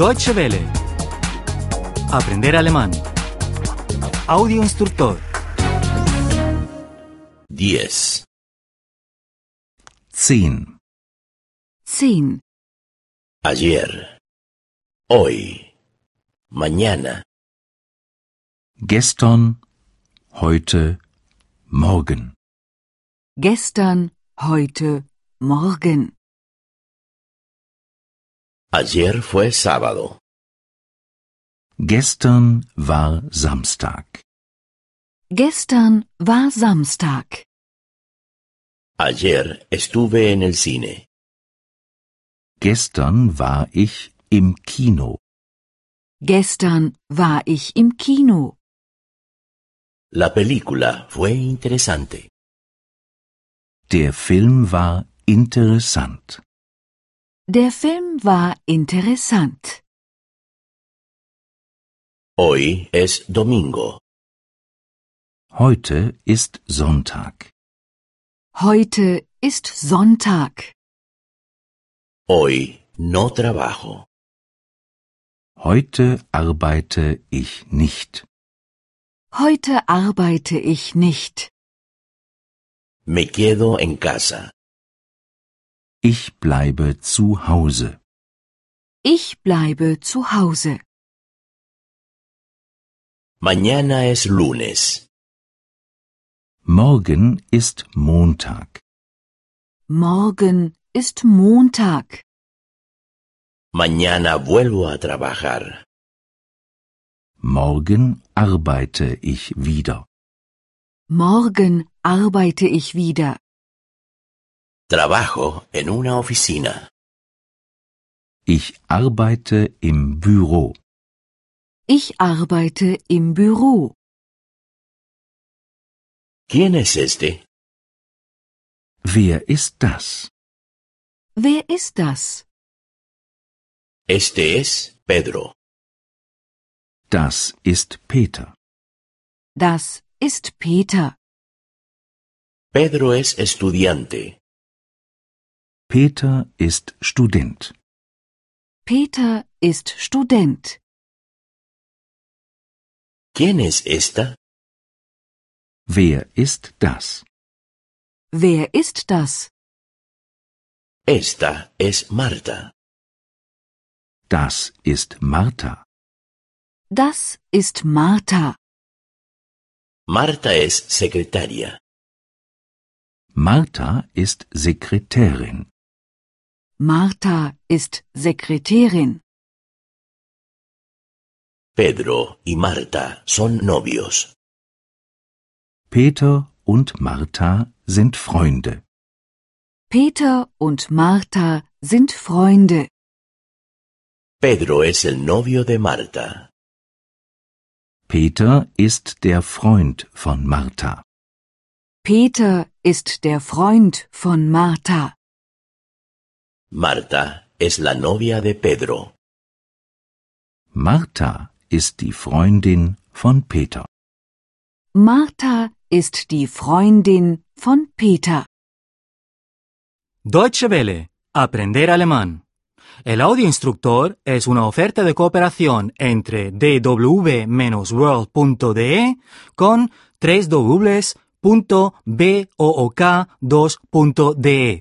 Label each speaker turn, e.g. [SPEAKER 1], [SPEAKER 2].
[SPEAKER 1] Deutsche Welle. Aprender alemán. Audio instructor.
[SPEAKER 2] 10.
[SPEAKER 3] 10.
[SPEAKER 4] 10.
[SPEAKER 2] Ayer. Hoy. Mañana.
[SPEAKER 3] Gestern, heute, morgen.
[SPEAKER 4] Gestern, heute, morgen.
[SPEAKER 2] Ayer fue sábado.
[SPEAKER 3] Gestern war Samstag.
[SPEAKER 4] Gestern war Samstag.
[SPEAKER 2] Ayer estuve en el cine.
[SPEAKER 3] Gestern war ich im Kino.
[SPEAKER 4] Gestern war ich im Kino.
[SPEAKER 2] La película fue interesante.
[SPEAKER 3] Der Film war interessant.
[SPEAKER 4] Der Film war interessant.
[SPEAKER 2] Hoy es domingo.
[SPEAKER 3] Heute ist Sonntag.
[SPEAKER 4] Heute ist Sonntag.
[SPEAKER 2] Hoy no trabajo.
[SPEAKER 3] Heute arbeite ich nicht.
[SPEAKER 4] Heute arbeite ich nicht.
[SPEAKER 2] Me quedo en casa.
[SPEAKER 3] Ich bleibe zu Hause.
[SPEAKER 4] Ich bleibe zu Hause.
[SPEAKER 2] Mañana es lunes.
[SPEAKER 3] Morgen ist Montag.
[SPEAKER 4] Morgen ist Montag.
[SPEAKER 2] Mañana vuelvo a trabajar.
[SPEAKER 3] Morgen arbeite ich wieder.
[SPEAKER 4] Morgen arbeite ich wieder.
[SPEAKER 2] Trabajo en una oficina.
[SPEAKER 3] Ich arbeite im Büro.
[SPEAKER 4] Ich arbeite im Büro.
[SPEAKER 2] ¿Quién es este?
[SPEAKER 3] Wer ist das?
[SPEAKER 4] Wer ist das?
[SPEAKER 2] Este es Pedro.
[SPEAKER 3] Das ist Peter.
[SPEAKER 4] Das ist Peter.
[SPEAKER 2] Pedro es estudiante.
[SPEAKER 3] Peter ist Student.
[SPEAKER 4] Peter ist Student.
[SPEAKER 2] ¿Quién es esta?
[SPEAKER 3] Wer ist das?
[SPEAKER 4] Wer ist das?
[SPEAKER 2] Esta es Marta.
[SPEAKER 3] Das ist Martha.
[SPEAKER 4] Das ist Martha.
[SPEAKER 2] Marta es secretaria.
[SPEAKER 3] Martha ist Sekretärin.
[SPEAKER 4] Martha ist Sekretärin.
[SPEAKER 2] Pedro y Marta son novios.
[SPEAKER 3] Peter und Martha sind Freunde.
[SPEAKER 4] Peter und Martha sind Freunde.
[SPEAKER 2] Pedro es el novio de Marta.
[SPEAKER 3] Peter ist der Freund von Martha.
[SPEAKER 4] Peter ist der Freund von Martha.
[SPEAKER 2] Marta es la novia de Pedro.
[SPEAKER 3] Martha ist die Freundin von Peter.
[SPEAKER 4] Martha ist die Freundin von Peter.
[SPEAKER 1] Deutsche Welle. Aprender alemán. El audio instructor es una oferta de cooperación entre dw-world.de con 3 2de